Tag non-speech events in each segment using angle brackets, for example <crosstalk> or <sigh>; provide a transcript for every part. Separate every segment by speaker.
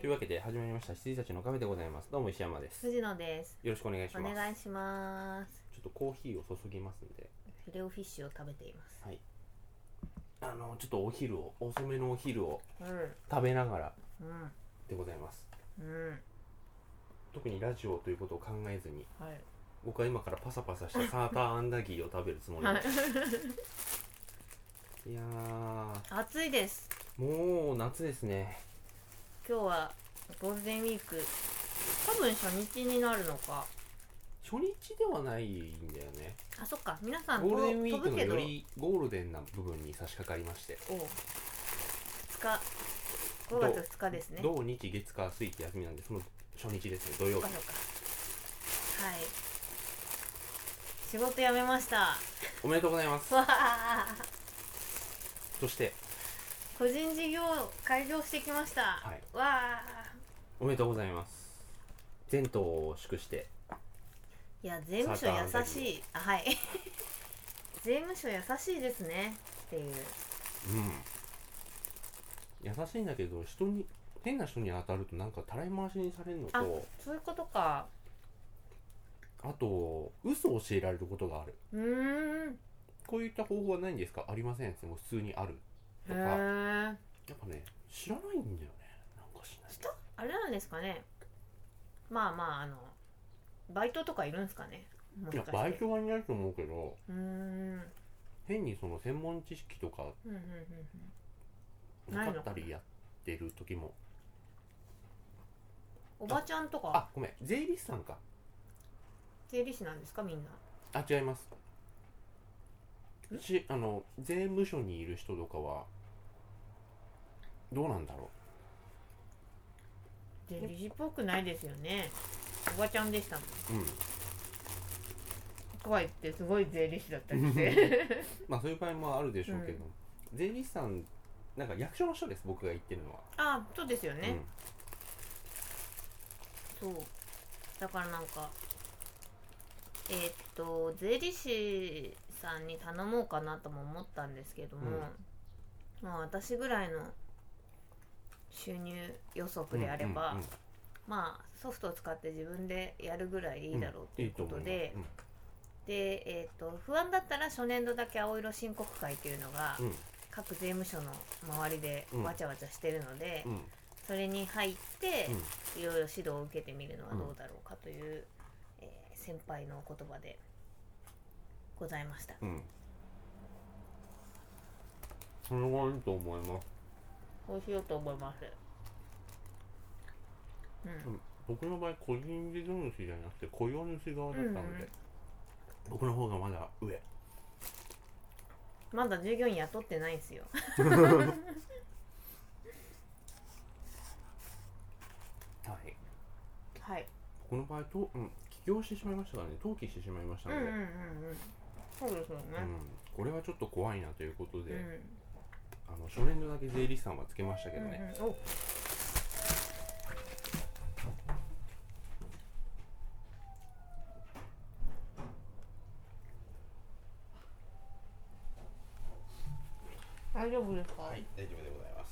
Speaker 1: というわけで始まりました羊たちのカフェでございますどうも石山ですよ
Speaker 2: 藤野です。
Speaker 1: ろしくお願いし
Speaker 2: お
Speaker 1: ます
Speaker 2: 願いします。
Speaker 1: ちょっとコーヒーを注ぎますんで
Speaker 2: フレオフィッシュを食べています。
Speaker 1: はいあのちょっとお昼を遅めのお昼を
Speaker 2: う
Speaker 1: 食べながら
Speaker 2: ん、うん、
Speaker 1: でございます
Speaker 2: うん。
Speaker 1: 特にラジオということを考えずに
Speaker 2: はい。
Speaker 1: 僕は今からパサパサ
Speaker 2: <laughs>
Speaker 1: したサーターアンダギーを食べるつもり
Speaker 2: は
Speaker 1: で
Speaker 2: い。 <laughs>
Speaker 1: すいやー
Speaker 2: 暑いです。
Speaker 1: もう夏ですね
Speaker 2: 今日はゴールデンウィーク。多分初日になるのか。
Speaker 1: 初日ではないんだよね
Speaker 2: あ、そっか。皆さん
Speaker 1: ゴー
Speaker 2: と
Speaker 1: ルデンウィー
Speaker 2: 飛
Speaker 1: ク
Speaker 2: ぶ
Speaker 1: の
Speaker 2: けど
Speaker 1: よ。りゴールデンな部分に差し掛かりまして
Speaker 2: おう。2日。5月2日ですね。
Speaker 1: 土日月火水って休みなんでその初日ですね土曜
Speaker 2: そ
Speaker 1: 日
Speaker 2: っかそっか。はい。仕事辞めました。
Speaker 1: おめでとうございます
Speaker 2: わあ。
Speaker 1: そして
Speaker 2: 個人事業開業してきました。
Speaker 1: はい
Speaker 2: わあ。
Speaker 1: おめでとうございます全島を祝して
Speaker 2: いや税務署
Speaker 1: サーターア
Speaker 2: 優
Speaker 1: ンダギ
Speaker 2: しいあはい <laughs> 税務署優しいですねっていう
Speaker 1: うん優しいんだけど人に変な人に当たるとなんかたらい回しにされるの
Speaker 2: あ
Speaker 1: と
Speaker 2: そういうことか
Speaker 1: あと嘘を教えられることがある
Speaker 2: うーん
Speaker 1: こういった方法はないんですかありませんもう普通にある
Speaker 2: へ
Speaker 1: とかやっ
Speaker 2: え
Speaker 1: ぱね知らないんだよねなんかしない
Speaker 2: 人あれなんですかねまあまああのバイトとかいるんですかねも
Speaker 1: い
Speaker 2: し
Speaker 1: や
Speaker 2: かして
Speaker 1: バイトはいないと思うけど
Speaker 2: うーんうん
Speaker 1: 変にその専門知識とか
Speaker 2: うんうんうん
Speaker 1: なかったりやってる時も
Speaker 2: おばちゃんとか
Speaker 1: あごめん税理士さんか
Speaker 2: 税理士なんですかみんな
Speaker 1: あ違います
Speaker 2: ん
Speaker 1: しあの税務署にいる人とかはどうなんだろ
Speaker 2: 税理士っぽくないですよねおばちゃんでしたもん
Speaker 1: ううん
Speaker 2: とはいってすごい税理士だったりして
Speaker 1: <laughs> まあそういう場合もあるでしょうけど、税理士さんなんか役所の人です僕が言ってるのは
Speaker 2: あそうですよね、
Speaker 1: うん
Speaker 2: そうだからなんかえーっと税理士さんに頼もうかなとも思ったんですけども、まあ私ぐらいの収入予測であれば、
Speaker 1: うんうんうん
Speaker 2: まあソフトを使って自分でやるぐらいでいいだろうということで、
Speaker 1: いいと思い
Speaker 2: で、えーっと不安だったら初年度だけ青色申告会というのが
Speaker 1: ますうん
Speaker 2: 各税務署の周りでわちゃわちゃしてるので、
Speaker 1: うん
Speaker 2: それに入って、
Speaker 1: うん
Speaker 2: いろいろ指導を受けてみるのはどうだろうかという、えー先輩のお言葉でございました
Speaker 1: うんうんそれはいいと思います
Speaker 2: そうしようと思いますうん、
Speaker 1: 僕の場合個人事業主じゃなくて雇用主側だったので、
Speaker 2: うんうん
Speaker 1: 僕の方がまだ上
Speaker 2: まだ従業員雇ってないんですよ
Speaker 1: はい
Speaker 2: はい
Speaker 1: この場合と、うん、起業してしまいましたからね登記してしまいまし
Speaker 2: う
Speaker 1: た
Speaker 2: んう
Speaker 1: の
Speaker 2: ん
Speaker 1: で、
Speaker 2: うん
Speaker 1: うん
Speaker 2: うんそうですよね、
Speaker 1: これはちょっと怖いなということで、
Speaker 2: うん
Speaker 1: あの初年度だけ税理士さんはつけましたけどね、
Speaker 2: うんうんお大丈夫ですか、
Speaker 1: はい大丈夫でございます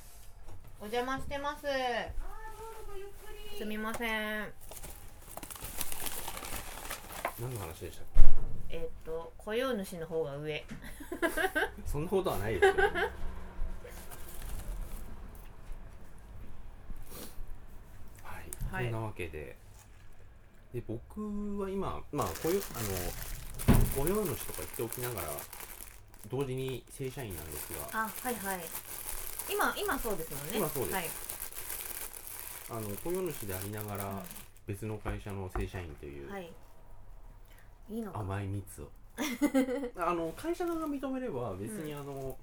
Speaker 2: お邪魔してますすみません
Speaker 1: 何の話でしたっ
Speaker 2: えっと雇用主の方が上
Speaker 1: けそんなことはないですよ <laughs> はい、
Speaker 2: はい
Speaker 1: そんなわけでで僕は今まあ雇用あの雇用主とか言っておきながら同時に正社員なんですが
Speaker 2: あはいはい今今そうですもんね
Speaker 1: 今そうです
Speaker 2: はい、
Speaker 1: あの雇用主でありながら別の会社の正社員という
Speaker 2: はいいいのか
Speaker 1: 甘い蜜をあの会社側が認めれば別にあの、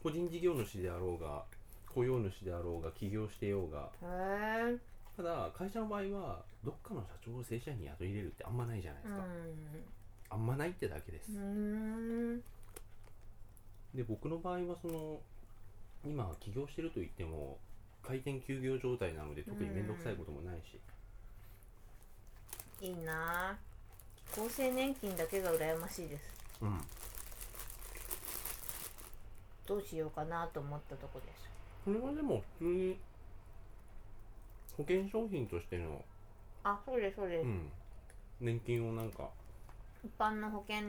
Speaker 1: 個人事業主であろうが雇用主であろうが起業してようが
Speaker 2: へえ
Speaker 1: ただ会社の場合はどっかの社長を正社員に雇い入れるってあんまないじゃないで
Speaker 2: う
Speaker 1: すか、
Speaker 2: ん
Speaker 1: あんまないってだけです、
Speaker 2: うーん
Speaker 1: で僕の場合はその今起業してると言っても開店休業状態なので特に面倒くさいこともないし、
Speaker 2: いいなぁ厚生年金だけが羨ましいです
Speaker 1: うん、
Speaker 2: どうしようかなと思ったとこです
Speaker 1: それはでも普通に保険商品としての、
Speaker 2: あそうですそうです、
Speaker 1: うん、年金をなんか
Speaker 2: 一般の保険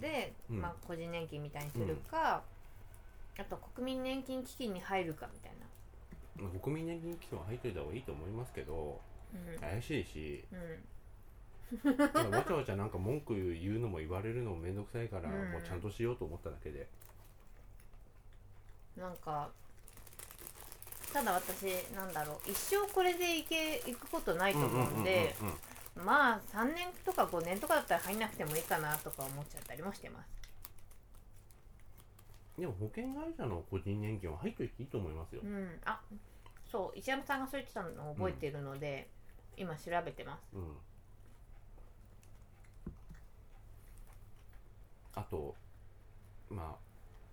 Speaker 2: で、
Speaker 1: うん
Speaker 2: まあ、個人年金みたいにするか、あと国民年金基金に入るかみたい
Speaker 1: まあ国民年金基金は入っといた方がいいと思いますけど
Speaker 2: な
Speaker 1: 怪しいし
Speaker 2: うん、うん、
Speaker 1: なんかわちゃわちゃなんか文句言うのも言われるのも面倒くさいから、
Speaker 2: うん
Speaker 1: もうちゃんとしようと思っただけで
Speaker 2: なんかただ私なんだろう一生これでいけいくことないと
Speaker 1: うんうんうん
Speaker 2: 思
Speaker 1: うん
Speaker 2: うんでまあ3年とか5年とかだったら入んなくてもいいかなとか思っちゃったりもしてます
Speaker 1: でも保険会社の個人年金は入っといていいと思いますよ、
Speaker 2: うんあそう石山さんがそう言ってたのを覚えてるので、今調べてます
Speaker 1: うん、あとまあ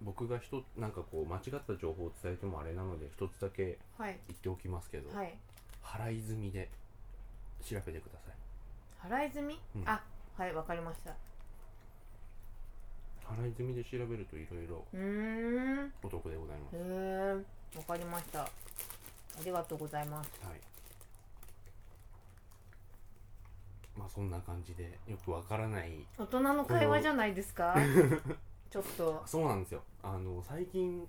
Speaker 1: 僕がひとなんかこう間違った情報を伝えてもあれなので一つだけ
Speaker 2: はい
Speaker 1: 言っておきますけど、
Speaker 2: はい
Speaker 1: 払い済みで調べてください
Speaker 2: 払い済み、
Speaker 1: うん
Speaker 2: あはいわかりました
Speaker 1: 払い済みで調べるといろいろ
Speaker 2: うーん
Speaker 1: お得でございます
Speaker 2: へえわかりましたありがとうございます
Speaker 1: はいまあそんな感じでよくわからない
Speaker 2: 大人の会話じゃないですか <laughs> ちょっと
Speaker 1: そうなんですよあの最近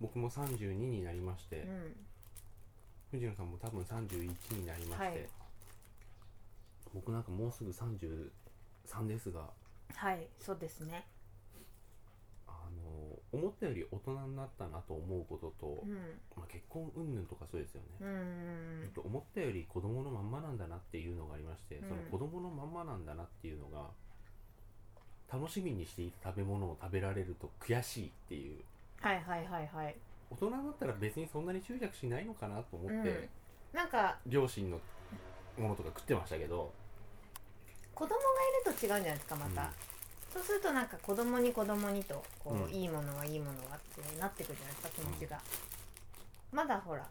Speaker 1: 僕も32になりまして、
Speaker 2: うん
Speaker 1: 藤野さんも多分31になりまして、
Speaker 2: はい
Speaker 1: 僕なんかもうすぐ33ですが
Speaker 2: はいそうですね
Speaker 1: あの思ったより大人になったなと思うことと、
Speaker 2: うん
Speaker 1: まあ、結婚云々とかそうですよ
Speaker 2: う
Speaker 1: ね、ち
Speaker 2: ん
Speaker 1: ょっと思ったより子供のまんまなんだなっていうのがありまして、
Speaker 2: うん
Speaker 1: その子供のまんまなんだなっていうのが楽しみにしていた食べ物を食べられると悔しいっていう
Speaker 2: はいはいはいはい
Speaker 1: 大人になったら別にそんなに執着しないのかなと思って、
Speaker 2: うんなんか
Speaker 1: 両親のものとか食ってましたけど
Speaker 2: 子供がいると違うんじゃないですかまた、
Speaker 1: うん
Speaker 2: そうするとなんか子供に子供にとこう、
Speaker 1: うん
Speaker 2: いいものはいいものはってなってくるじゃないですか気持ちが、まだほら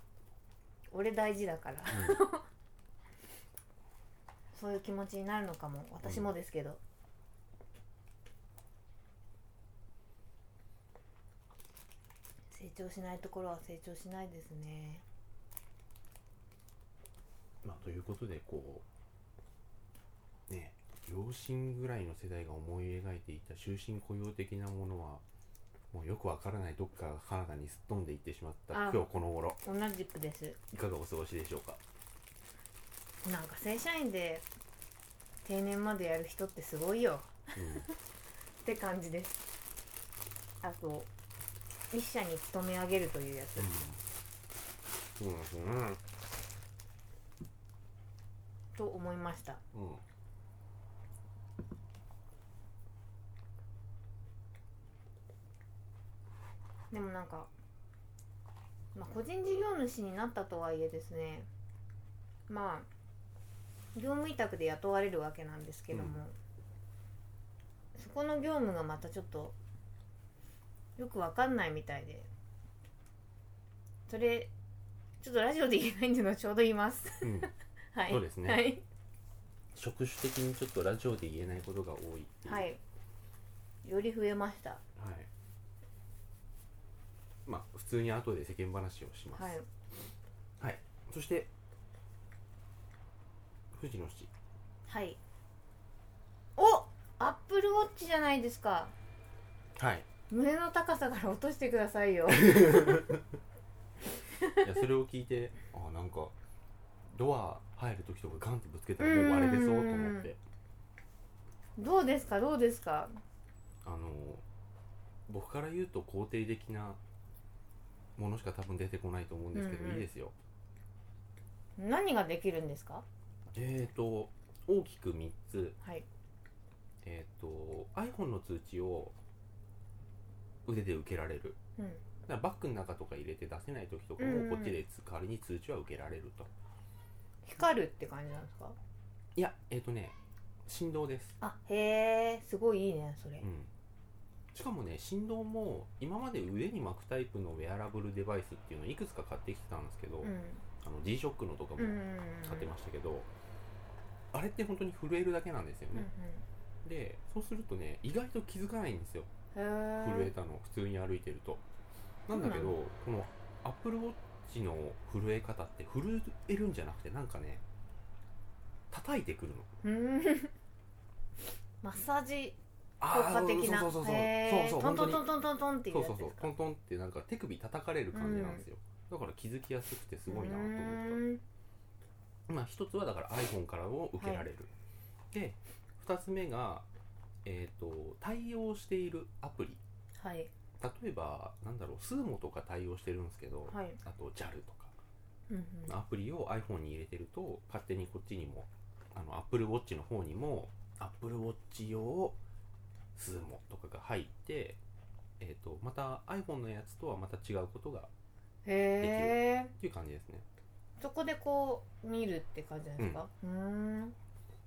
Speaker 2: 俺大事だから <laughs>
Speaker 1: うん
Speaker 2: そういう気持ちになるのかも私もですけど、成長しないところは成長しないですね
Speaker 1: まあ、ということでこうね両親ぐらいの世代が思い描いていた終身雇用的なものはもうよくわからないどっかカナダにすっ飛んでいってしまった
Speaker 2: あ
Speaker 1: 今日この頃
Speaker 2: 同じくです
Speaker 1: いかがお過ごしでしょうか
Speaker 2: なんか正社員で定年までやる人ってすごいよ
Speaker 1: うん
Speaker 2: って感じですあと一社に勤め上げるというやつ、
Speaker 1: そうなんですよね
Speaker 2: と思いました
Speaker 1: うん
Speaker 2: でもなんか、まあ、個人事業主になったとはいえですねまあ業務委託で雇われるわけなんですけども、そこの業務がまたちょっとよくわかんないみたいでそれちょっとラジオで言えないんですがちょうど言います
Speaker 1: うん、
Speaker 2: はい
Speaker 1: そうですね
Speaker 2: はい
Speaker 1: 職種的にちょっとラジオで言えないことが多いっていう
Speaker 2: は、い。より増えました。
Speaker 1: はいまあ普通に後で世間話をします、
Speaker 2: はい。
Speaker 1: はい、そして藤野氏
Speaker 2: はい。お、アップルウォッチじゃないですか。
Speaker 1: はい
Speaker 2: 胸の高さから落としてくださ
Speaker 1: <laughs>
Speaker 2: い
Speaker 1: い
Speaker 2: よ。
Speaker 1: やそれを聞いてあなんかドア入る時とかガンってぶつけたらもう割れてそうと思って
Speaker 2: どうですか、どうですか。
Speaker 1: あの僕から言うと肯定的なものしか多分出てこないと思うんですけど、
Speaker 2: うんうん
Speaker 1: いいですよ
Speaker 2: 何ができるんですか。
Speaker 1: えーと大きく3つ
Speaker 2: はい。
Speaker 1: えーと iPhone の通知を腕で受けられる
Speaker 2: うん。
Speaker 1: だからバッグの中とか入れて出せない時とかも
Speaker 2: うんうん
Speaker 1: こっちでつ代わりに通知は受けられると
Speaker 2: 光るって感じなんですか。
Speaker 1: いやえっ、とね振動です
Speaker 2: あ、へえ、すごいいいね、それ
Speaker 1: う。ん、しかもね振動も今まで上に巻くタイプのウェアラブルデバイスっていうのをいくつか買ってきてたんですけど、
Speaker 2: うん。
Speaker 1: あの G-SHOCK のとかも
Speaker 2: うんうんうん
Speaker 1: 買ってましたけど、あれって本当に震えるだけなんですよ
Speaker 2: うん
Speaker 1: ね、でそうするとね意外と気づかないんですよ
Speaker 2: うん。へ
Speaker 1: 震え
Speaker 2: え。
Speaker 1: たの普通に歩いてるとなんだけど
Speaker 2: そう
Speaker 1: この Apple Watch チの震え方って震えるんじゃなくてなんかね叩いてくるの
Speaker 2: うん <laughs> マッサージ効
Speaker 1: あ
Speaker 2: 果
Speaker 1: ー
Speaker 2: 的な
Speaker 1: そうそうそうそう
Speaker 2: へ
Speaker 1: そう
Speaker 2: ー
Speaker 1: そう
Speaker 2: ト
Speaker 1: 本
Speaker 2: ン
Speaker 1: 当
Speaker 2: ト
Speaker 1: に
Speaker 2: ントントントントンっていう
Speaker 1: そう
Speaker 2: やつ
Speaker 1: そうそう
Speaker 2: ですか
Speaker 1: トントンってなんか手首叩かれる感じなんですよ、だから気づきやすくてすごいなと思っ
Speaker 2: うーん
Speaker 1: たまあ一つはだから iPhone からを受けられる、で二つ目がえっ、と対応しているアプリ
Speaker 2: はい
Speaker 1: 例えばなんだろう SUMO とか対応してるんですけど、
Speaker 2: はい
Speaker 1: あと JAL とか
Speaker 2: うんうん
Speaker 1: アプリを iPhone に入れてると勝手にこっちにもあの Apple Watch の方にも Apple Watch 用 SUMO とかが入って、えー、とまた iPhone のやつとはまた違うことが
Speaker 2: へえ
Speaker 1: っていう感じですね
Speaker 2: そこでこう見るって感じなんですかうーん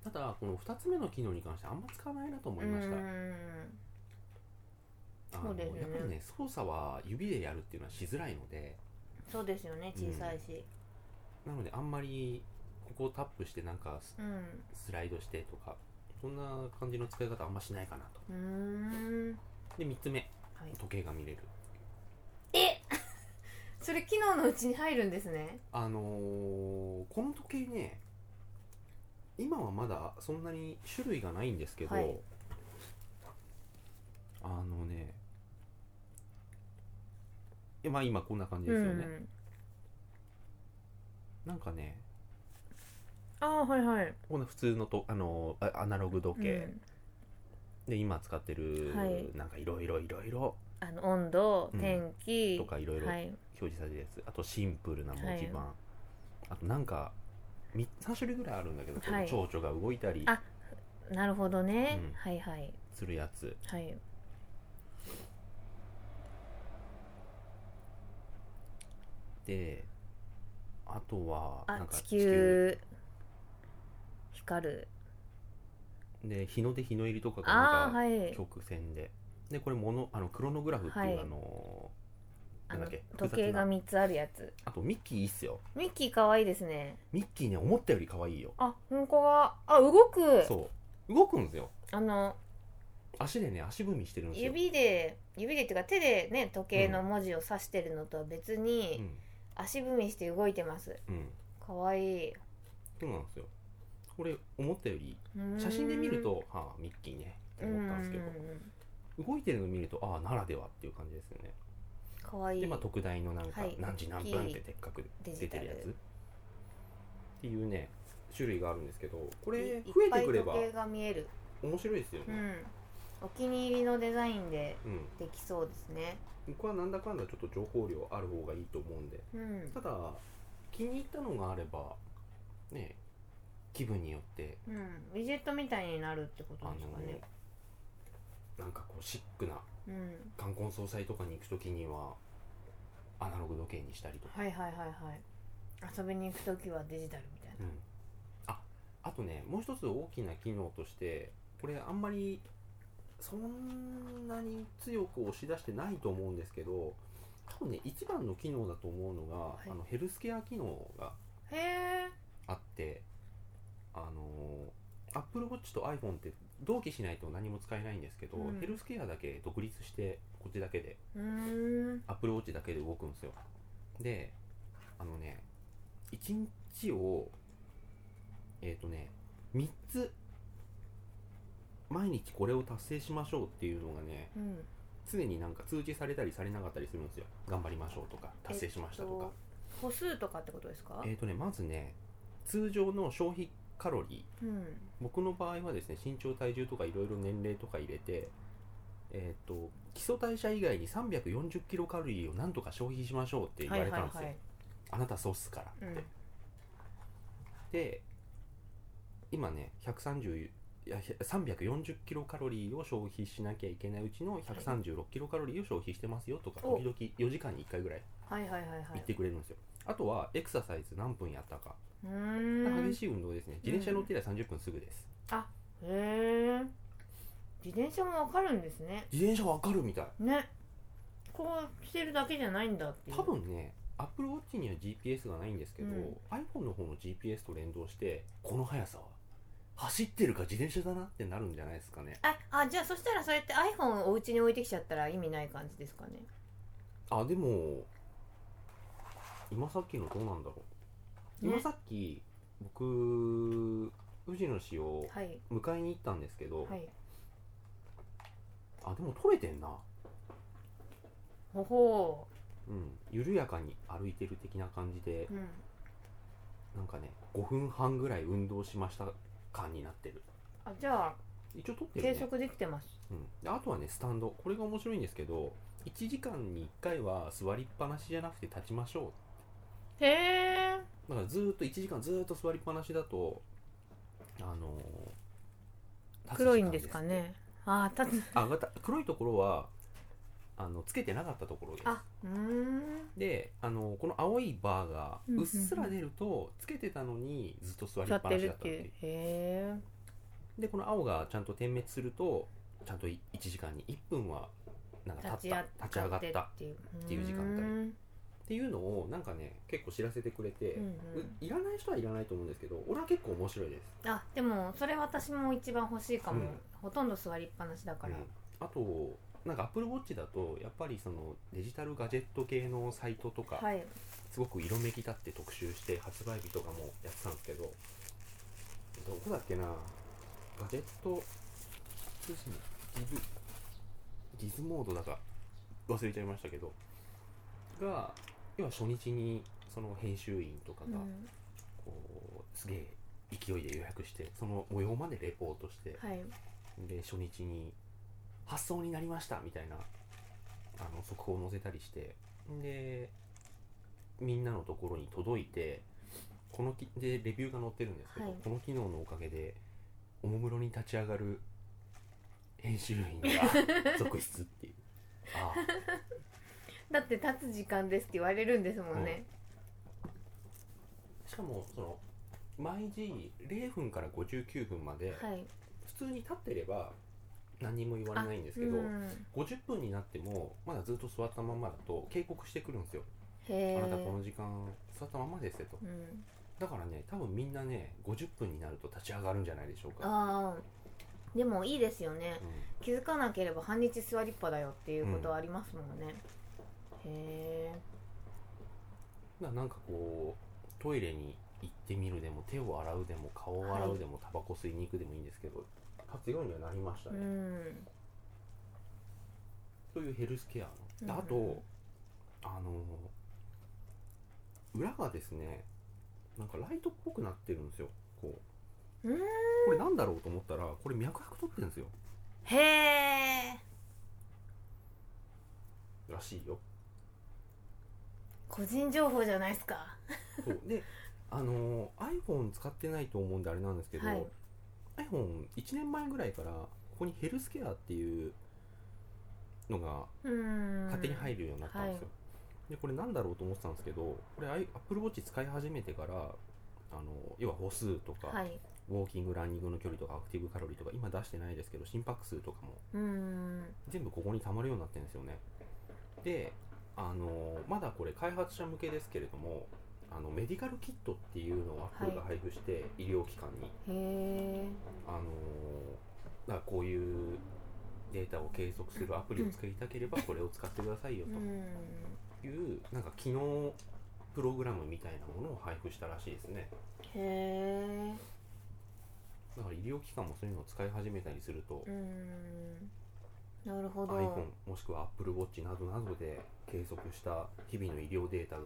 Speaker 1: ただこの2つ目の機能に関してあんま使わないなと思いました
Speaker 2: うーん
Speaker 1: あの
Speaker 2: そうですね
Speaker 1: やっぱりね操作は指でやるっていうのはしづらいので
Speaker 2: そうですよね小さいし
Speaker 1: なのであんまりここをタップしてなんかス
Speaker 2: うん
Speaker 1: スライドしてとかそんな感じの使い方あんましないかなと
Speaker 2: うーん
Speaker 1: で3つ目
Speaker 2: はい
Speaker 1: 時計が見れる
Speaker 2: えそれ機能のうちに入るんですね
Speaker 1: あのーこの時計ね今はまだそんなに種類がないんですけど、
Speaker 2: はい
Speaker 1: あのねえまあ今こんな感じですよね、
Speaker 2: ん、
Speaker 1: なんかね
Speaker 2: ああはいはい
Speaker 1: こんな普通のとあのーあアナログ時計、
Speaker 2: うん
Speaker 1: で今使ってる、
Speaker 2: はい
Speaker 1: なんかいろいろいろいろ
Speaker 2: あの温度
Speaker 1: うん
Speaker 2: 天気、
Speaker 1: とかいろいろ
Speaker 2: はい
Speaker 1: 表示されてるやつ、あとシンプルな文字盤、
Speaker 2: は
Speaker 1: あとなんか3種類ぐらいあるんだけど、
Speaker 2: はい
Speaker 1: この蝶々が動いたり
Speaker 2: あなるほどね、
Speaker 1: うん
Speaker 2: はいはい
Speaker 1: するやつ
Speaker 2: はい
Speaker 1: であとは
Speaker 2: あ
Speaker 1: なんか
Speaker 2: 地球光る
Speaker 1: で日の出日の入りとかが
Speaker 2: あ
Speaker 1: なん
Speaker 2: あ
Speaker 1: か、
Speaker 2: はい
Speaker 1: 曲線ででこれモノあのクロノグラフっていう、
Speaker 2: はい
Speaker 1: あの
Speaker 2: あ
Speaker 1: なんだっ
Speaker 2: の
Speaker 1: け
Speaker 2: 時計が
Speaker 1: 複雑な
Speaker 2: 3つあるやつ
Speaker 1: あとミッキーいいっすよ
Speaker 2: ミッキーかわいいですね
Speaker 1: ミッキーね思ったより可愛いよ
Speaker 2: あ本当だあ動く
Speaker 1: そう動くんですよ
Speaker 2: あの
Speaker 1: 足でね足踏みしてるんですよ
Speaker 2: 指で指でっていうか手でね時計の文字を指してるのとは別に、
Speaker 1: うん
Speaker 2: 足踏みして動いてます
Speaker 1: うん
Speaker 2: かわいい
Speaker 1: そうなんですよこれ思ったより
Speaker 2: うーん
Speaker 1: 写真で見るとはあミッキーねって思ったんですけ
Speaker 2: う
Speaker 1: ど動いてるの見るとああならではっていう感じですよね
Speaker 2: かわいい
Speaker 1: でまあ特大のなんか
Speaker 2: はい
Speaker 1: 何時何分ってでっかく
Speaker 2: デ
Speaker 1: 出
Speaker 2: ジタ
Speaker 1: てる
Speaker 2: ル
Speaker 1: やつっていうね種類があるんですけどこ
Speaker 2: こ
Speaker 1: れ増えてくれば
Speaker 2: 時計が見える、
Speaker 1: 面白いですよ
Speaker 2: う
Speaker 1: ね、
Speaker 2: ん、お気に入りのデザインで
Speaker 1: うん
Speaker 2: できそうですね
Speaker 1: 僕はなんだかんだちょっと情報量ある方がいいと思うんで
Speaker 2: うん
Speaker 1: ただ気に入ったのがあればね気分によって
Speaker 2: うん、ウィジェットみたいになるってこ
Speaker 1: あ
Speaker 2: と
Speaker 1: の
Speaker 2: ですかね、
Speaker 1: なんかこうシックな
Speaker 2: うん、
Speaker 1: 冠婚葬祭とかに行く時にはアナログ時計にしたりとか、
Speaker 2: はいはいはいはい遊びに行く時はデジタルみたい
Speaker 1: うん、ああとねもう一つ大きな機能としてこれあんまりそんなに強く押し出してないと思うんですけど多分ね一番の機能だと思うのが、
Speaker 2: い
Speaker 1: あのヘルスケア機能が
Speaker 2: なへえ
Speaker 1: あってあのー Apple Watch と iPhone って同期しないと何も使えないんですけど、
Speaker 2: うん
Speaker 1: ヘルスケアだけ独立してこっちだけで
Speaker 2: うーん
Speaker 1: Apple Watch だけで動くんですよであのね1日をえっ、とね3つ毎日これを達成しましょうっていうのがね
Speaker 2: うん
Speaker 1: 常になんか通知されたりされなかったりするんですよ頑張りましょうとか達成しましたとか、
Speaker 2: 歩数とかってことですか
Speaker 1: えっ、とねまずね通常の消費カロリー
Speaker 2: うん
Speaker 1: 僕の場合はですね身長体重とかいろいろ年齢とか入れてえっ、と基礎代謝以外に340キロカロリーをなんとか消費しましょうって言われたんですよ、あなたそうっすからって、
Speaker 2: うん
Speaker 1: で今ね130いや340キロカロリーを消費しなきゃいけないうちの136キロカロリーを消費してますよとか
Speaker 2: お
Speaker 1: 時々4時間に1回ぐらい
Speaker 2: はいはいはいはいは
Speaker 1: 言
Speaker 2: い
Speaker 1: ってくれるんですよ、あとはエクササイズ何分やったか
Speaker 2: うーん
Speaker 1: 激しい運動ですね自転車乗ってりゃ30分すぐです、
Speaker 2: へえ自転車もわかるんですね
Speaker 1: 自転車わかるみたい
Speaker 2: ねこうしてるだけじゃないんだっていう
Speaker 1: 多分ね Apple Watch には GPS がないんですけど、
Speaker 2: うん
Speaker 1: iPhone の方の GPS と連動してこの速さは走ってるか自転車だなってなるんじゃないですかね
Speaker 2: ああじゃあそしたらそれって iPhone をお家に置いてきちゃったら意味ない感じですかね
Speaker 1: あでも今さっきのどうなんだろう、
Speaker 2: ね
Speaker 1: 今さっき僕藤野氏を
Speaker 2: はい
Speaker 1: 迎えに行ったんですけど、
Speaker 2: はい
Speaker 1: あでも取れてんな
Speaker 2: ほほ
Speaker 1: うん緩やかに歩いてる的な感じで
Speaker 2: う、うん、
Speaker 1: なんかね5分半ぐらい運動しました感になってる
Speaker 2: あじゃあ
Speaker 1: 一応取って
Speaker 2: 計
Speaker 1: るね、
Speaker 2: 測できてます
Speaker 1: うん、であとはねスタンドこれが面白いんですけど1時間に1回は座りっぱなしじゃなくて立ちましょ
Speaker 2: へえ
Speaker 1: うだからずーっと1時間ずーっと座りっぱなしだとあのー
Speaker 2: 黒いんですかねあー立つ
Speaker 1: あまた黒いところはあのつけてなかったところです
Speaker 2: あうーん
Speaker 1: であのこの青いバーが
Speaker 2: うんうんう
Speaker 1: うんっすら出るとつけてたのにずっと座り
Speaker 2: 座
Speaker 1: っ
Speaker 2: っ
Speaker 1: ぱ
Speaker 2: て
Speaker 1: なし
Speaker 2: る
Speaker 1: だ
Speaker 2: っ
Speaker 1: ったってて
Speaker 2: い
Speaker 1: いうう
Speaker 2: へ
Speaker 1: でこの青がちゃんと点滅するとちゃんと1時間に1分はなん
Speaker 2: え
Speaker 1: か
Speaker 2: 立
Speaker 1: 立っ
Speaker 2: ちあ
Speaker 1: た立ち上がっ
Speaker 2: 立
Speaker 1: た
Speaker 2: っ
Speaker 1: ってていう時間帯
Speaker 2: うーん
Speaker 1: ていうのをなんかね結構知らせてくれて、
Speaker 2: うんう
Speaker 1: うんいらない人はいらないと思うんですけど俺は結構面白いです、
Speaker 2: あでもそれ私も一番欲しいかも、
Speaker 1: うん
Speaker 2: ほとんど座りっぱなしだから、
Speaker 1: うんあとなんか AppleWatch だとやっぱりそのデジタルガジェット系のサイトとか、
Speaker 2: はい
Speaker 1: すごく色めき立って特集して発売日とかもやってたんですけどどこだっけなガジェット通信ギズギズモードだか忘れちゃいましたけどが要は初日にその編集員とか
Speaker 2: う
Speaker 1: が
Speaker 2: ん
Speaker 1: こうすげえ勢いで予約してその模様までレポートして
Speaker 2: はい
Speaker 1: で初日に発送になりましたみたいなあの速報を載せたりしてでみんなのところに届いてこのきでレビューが載ってるんですけど、
Speaker 2: はい
Speaker 1: この機能のおかげでおもむろに立ち上がる編集員が
Speaker 2: <laughs>
Speaker 1: 続出っていうああ
Speaker 2: だって立つ時間ですって言われるんですもんね、
Speaker 1: しかもその毎時0分から59分まで
Speaker 2: はい
Speaker 1: 普通に立ってれば何にも言われないんですけど、
Speaker 2: うん
Speaker 1: 50分になってもまだずっと座ったままだと警告してくるんですよ、
Speaker 2: へ
Speaker 1: あなたこ
Speaker 2: え
Speaker 1: の時間座ったままですよと
Speaker 2: うん、
Speaker 1: だからね多分みんなね50分になると立ち上がるんじゃないでしょうか、
Speaker 2: あーでもいいですよね
Speaker 1: う
Speaker 2: 気づかなければ半日座りっぱだよっていうことはありますもんね、へ
Speaker 1: ん、だからなんかこうトイレに行ってみるでも手を洗うでも顔を洗うでも、タバコ吸いに行くでもいいんですけど活用にはなりました
Speaker 2: え
Speaker 1: ね、
Speaker 2: うん
Speaker 1: というヘルスケアのであと、
Speaker 2: うんうん
Speaker 1: あの裏がですねなんかライトっぽくなってるんですよこう
Speaker 2: うーん
Speaker 1: これなんだろうと思ったらこれ脈拍取ってるんですよ
Speaker 2: へえ
Speaker 1: らしいよ
Speaker 2: 個人情報じゃないですか
Speaker 1: そうで <laughs> あのー iPhone 使ってないと思うんであれなんですけど、
Speaker 2: はい
Speaker 1: iPhone1 年前ぐらいからここにヘルスケアっていうのが
Speaker 2: うん
Speaker 1: 勝手に入るようになったんですよ、でこれなんだろうと思ってたんですけどこれ AppleWatch 使い始めてからあの要は歩数とか、
Speaker 2: はい
Speaker 1: ウォーキングランニングの距離とかアクティブカロリーとか今出してないですけど心拍数とかも
Speaker 2: うん
Speaker 1: 全部ここに溜まるようになってるんですよねであのまだこれ開発者向けですけれどもあのメディカルキットっていうのをアップルが配布して、医療機関に
Speaker 2: へえ
Speaker 1: あのだからこういうデータを計測するアプリを作りたければこれを使ってくださいよ
Speaker 2: うん
Speaker 1: という、なんか機能プログラムみたいなものを配布したらしいですね
Speaker 2: へえ
Speaker 1: だから医療機関もそういうのを使い始めたりすると、
Speaker 2: うんなるほど
Speaker 1: iPhone もしくは AppleWatch などなどで計測した日々の医療データが、
Speaker 2: うん、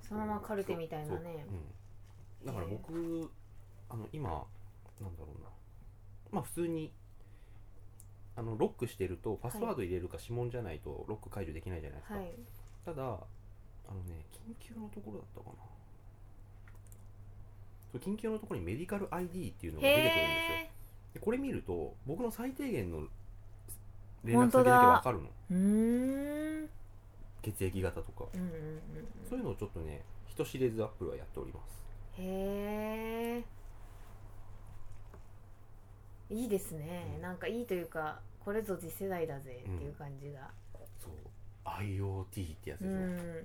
Speaker 2: そのままカルテみたいな
Speaker 1: そう
Speaker 2: ね
Speaker 1: うん、だから僕、あの今なんだろうなまあ普通にあのロックしてるとパスワード入れるか指紋じゃないとロック解除できないじゃないですか、
Speaker 2: はい
Speaker 1: ただあのね緊急のところだったかなそう緊急のところにメディカル ID っていうのが
Speaker 2: へ
Speaker 1: 出てくるんですよ
Speaker 2: え
Speaker 1: でこれ見ると僕の最低限の連絡
Speaker 2: 本
Speaker 1: 先だ
Speaker 2: 当
Speaker 1: け
Speaker 2: だ
Speaker 1: わかるの
Speaker 2: うーん
Speaker 1: 血液型とか
Speaker 2: うんうんうん
Speaker 1: そういうのをちょっとね人知れずアップルはやっております
Speaker 2: へえいいですね、
Speaker 1: うん
Speaker 2: なんかいいというかこれぞ次世代だぜっていう感じが、
Speaker 1: そう IoT ってやつ
Speaker 2: う
Speaker 1: です
Speaker 2: ん
Speaker 1: ね、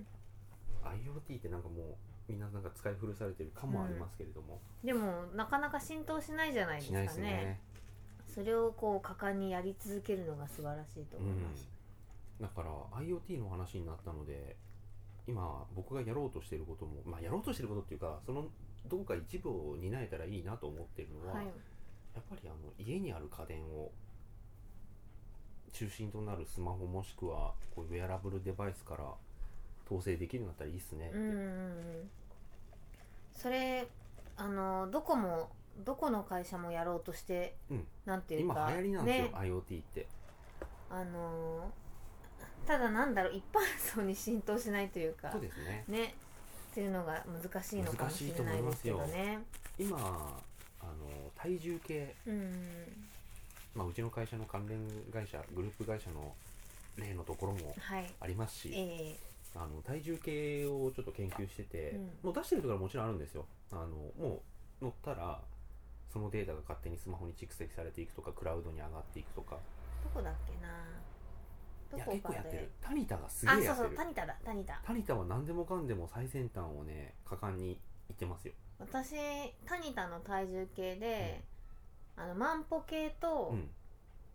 Speaker 1: IoT ってなんかもうみんななんか使い古されてる感もありますけれども、
Speaker 2: でもなかなか浸透しないじゃないです
Speaker 1: し
Speaker 2: か
Speaker 1: ない
Speaker 2: ね
Speaker 1: ですね
Speaker 2: それをこう果敢にやり続けるのが素晴らしいと
Speaker 1: う
Speaker 2: 思い
Speaker 1: ん
Speaker 2: ます、
Speaker 1: だから IoT の話になったので今僕がやろうとしていることも、まあ、やろうとしていることっていうかそのどこか一部を担えたらいいなと思ってるのは、
Speaker 2: はい
Speaker 1: やっぱりあの家にある家電を中心となるスマホもしくはこういうウェアラブルデバイスから統制できるようになったらいいっすねって、
Speaker 2: うんうんうんそれあのどこもどこの会社もやろうとして、
Speaker 1: うん
Speaker 2: なんていう
Speaker 1: 今
Speaker 2: か
Speaker 1: 流行りなんですよ、
Speaker 2: ね
Speaker 1: IoT って
Speaker 2: あのただなんだろう一般層に浸透しないというか
Speaker 1: そうですね
Speaker 2: ねっていうのが難しいのかもしれないですけどね
Speaker 1: 今あの体重計、
Speaker 2: うん
Speaker 1: まあ、うちの会社の関連会社グループ会社の例のところも
Speaker 2: はい
Speaker 1: ありますし、
Speaker 2: え
Speaker 1: あの体重計をちょっと研究してて、
Speaker 2: う
Speaker 1: も
Speaker 2: ん
Speaker 1: う出してるところはもちろんあるんですよあのもう乗ったらそのデータが勝手にスマホに蓄積されていくとかクラウドに上がっていくとか
Speaker 2: えどこだっけないど
Speaker 1: や
Speaker 2: こ
Speaker 1: 結
Speaker 2: か
Speaker 1: 構やって
Speaker 2: で
Speaker 1: るタニタがすげえ
Speaker 2: あ
Speaker 1: やっ
Speaker 2: そうそう
Speaker 1: てる
Speaker 2: タニタだタニタ
Speaker 1: タニタは何でもかんでも最先端をね果敢に行ってますよ
Speaker 2: 私タニタの体重計で、あの万歩計と、
Speaker 1: うん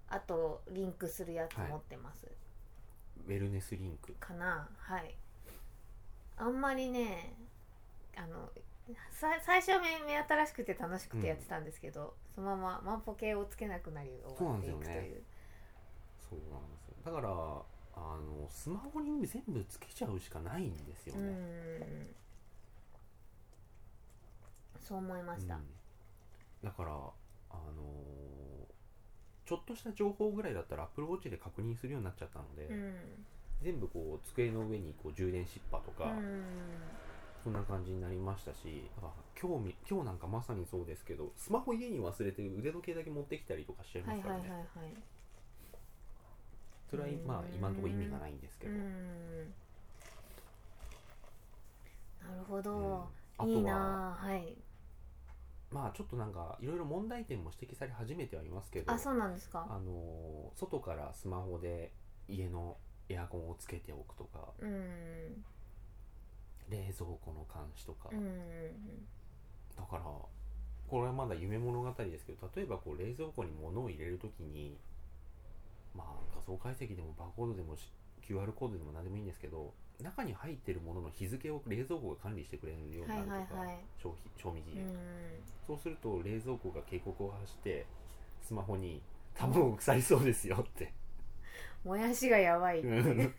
Speaker 2: あとリンクするやつ
Speaker 1: はい
Speaker 2: 持ってます、
Speaker 1: ウェルネスリンク
Speaker 2: かなはいあんまりねあのさ最初は目目新しくて楽しくてやってたんですけど、そのまま万歩計をつけなくなり終わっていくと
Speaker 1: そうなんです
Speaker 2: いう
Speaker 1: そうなんですよだからあのスマホに全部つけちゃうしかないんですよ
Speaker 2: う
Speaker 1: ね、
Speaker 2: んそう思いました、
Speaker 1: うんだからあのーちょっとした情報ぐらいだったら AppleWatch で確認するようになっちゃったので、
Speaker 2: うん
Speaker 1: 全部こう机の上にこう充電しっぱと
Speaker 2: う
Speaker 1: か、
Speaker 2: ん
Speaker 1: そんな感じになりましたしだから今日み今日なんかまさにそうですけどスマホ家に忘れて腕時計だけ持ってきたりとかしちゃい
Speaker 2: は
Speaker 1: ま
Speaker 2: い
Speaker 1: す
Speaker 2: は
Speaker 1: から
Speaker 2: いは
Speaker 1: ね、
Speaker 2: いはい
Speaker 1: それはまあ今のところ意味がないんですけ
Speaker 2: う
Speaker 1: ど、うん
Speaker 2: んなるほ
Speaker 1: あ
Speaker 2: ど、
Speaker 1: とはい
Speaker 2: いなあはい
Speaker 1: まあちょっとなんかいろいろ問題点も指摘され始めてはいますけど
Speaker 2: あそうなんですか
Speaker 1: あのー外からスマホで家のエアコンをつけておくとか
Speaker 2: うん
Speaker 1: 冷蔵庫の監視とか、
Speaker 2: うんうん
Speaker 1: だからこれはまだ夢物語ですけど例えばこう冷蔵庫に物を入れるときにまあ画像解析でもバーコードでもし QR コードでも何でもいいんですけど中に入ってるものの日付を冷蔵庫が管理してくれるようになるとか、
Speaker 2: はいはいはい
Speaker 1: 消費賞味期
Speaker 2: うんう
Speaker 1: 限、
Speaker 2: ん
Speaker 1: そうすると冷蔵庫が警告を発してスマホに「卵腐りそうですよ」って
Speaker 2: <laughs> もやしがやばい、
Speaker 1: うん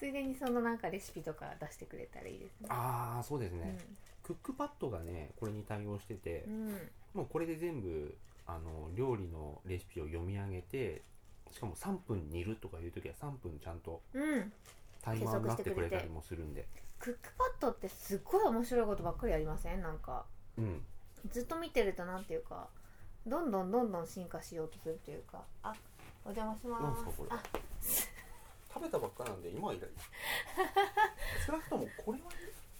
Speaker 2: ついでにそのなんかレシピとか出してくれたらいいですね
Speaker 1: ああそうですね、クックパッドがねこれに対応してて
Speaker 2: う、ん、うん
Speaker 1: もうこれで全部あの料理のレシピを読み上げてしかも3分煮るとかいう時は3分ちゃんと
Speaker 2: うん、
Speaker 1: タイマーになってくれた
Speaker 2: 計測してくれて
Speaker 1: りもするんで
Speaker 2: クックパッドってすっごい面白いことばっかりやりませんなんか
Speaker 1: うん
Speaker 2: ずっと見てるとなんていうかどんどんどんどん進化しようとするというかあお邪魔しま
Speaker 1: なん
Speaker 2: す
Speaker 1: すかこれ
Speaker 2: あ
Speaker 1: 食べたばっかなんで今はいらない少なくともこれは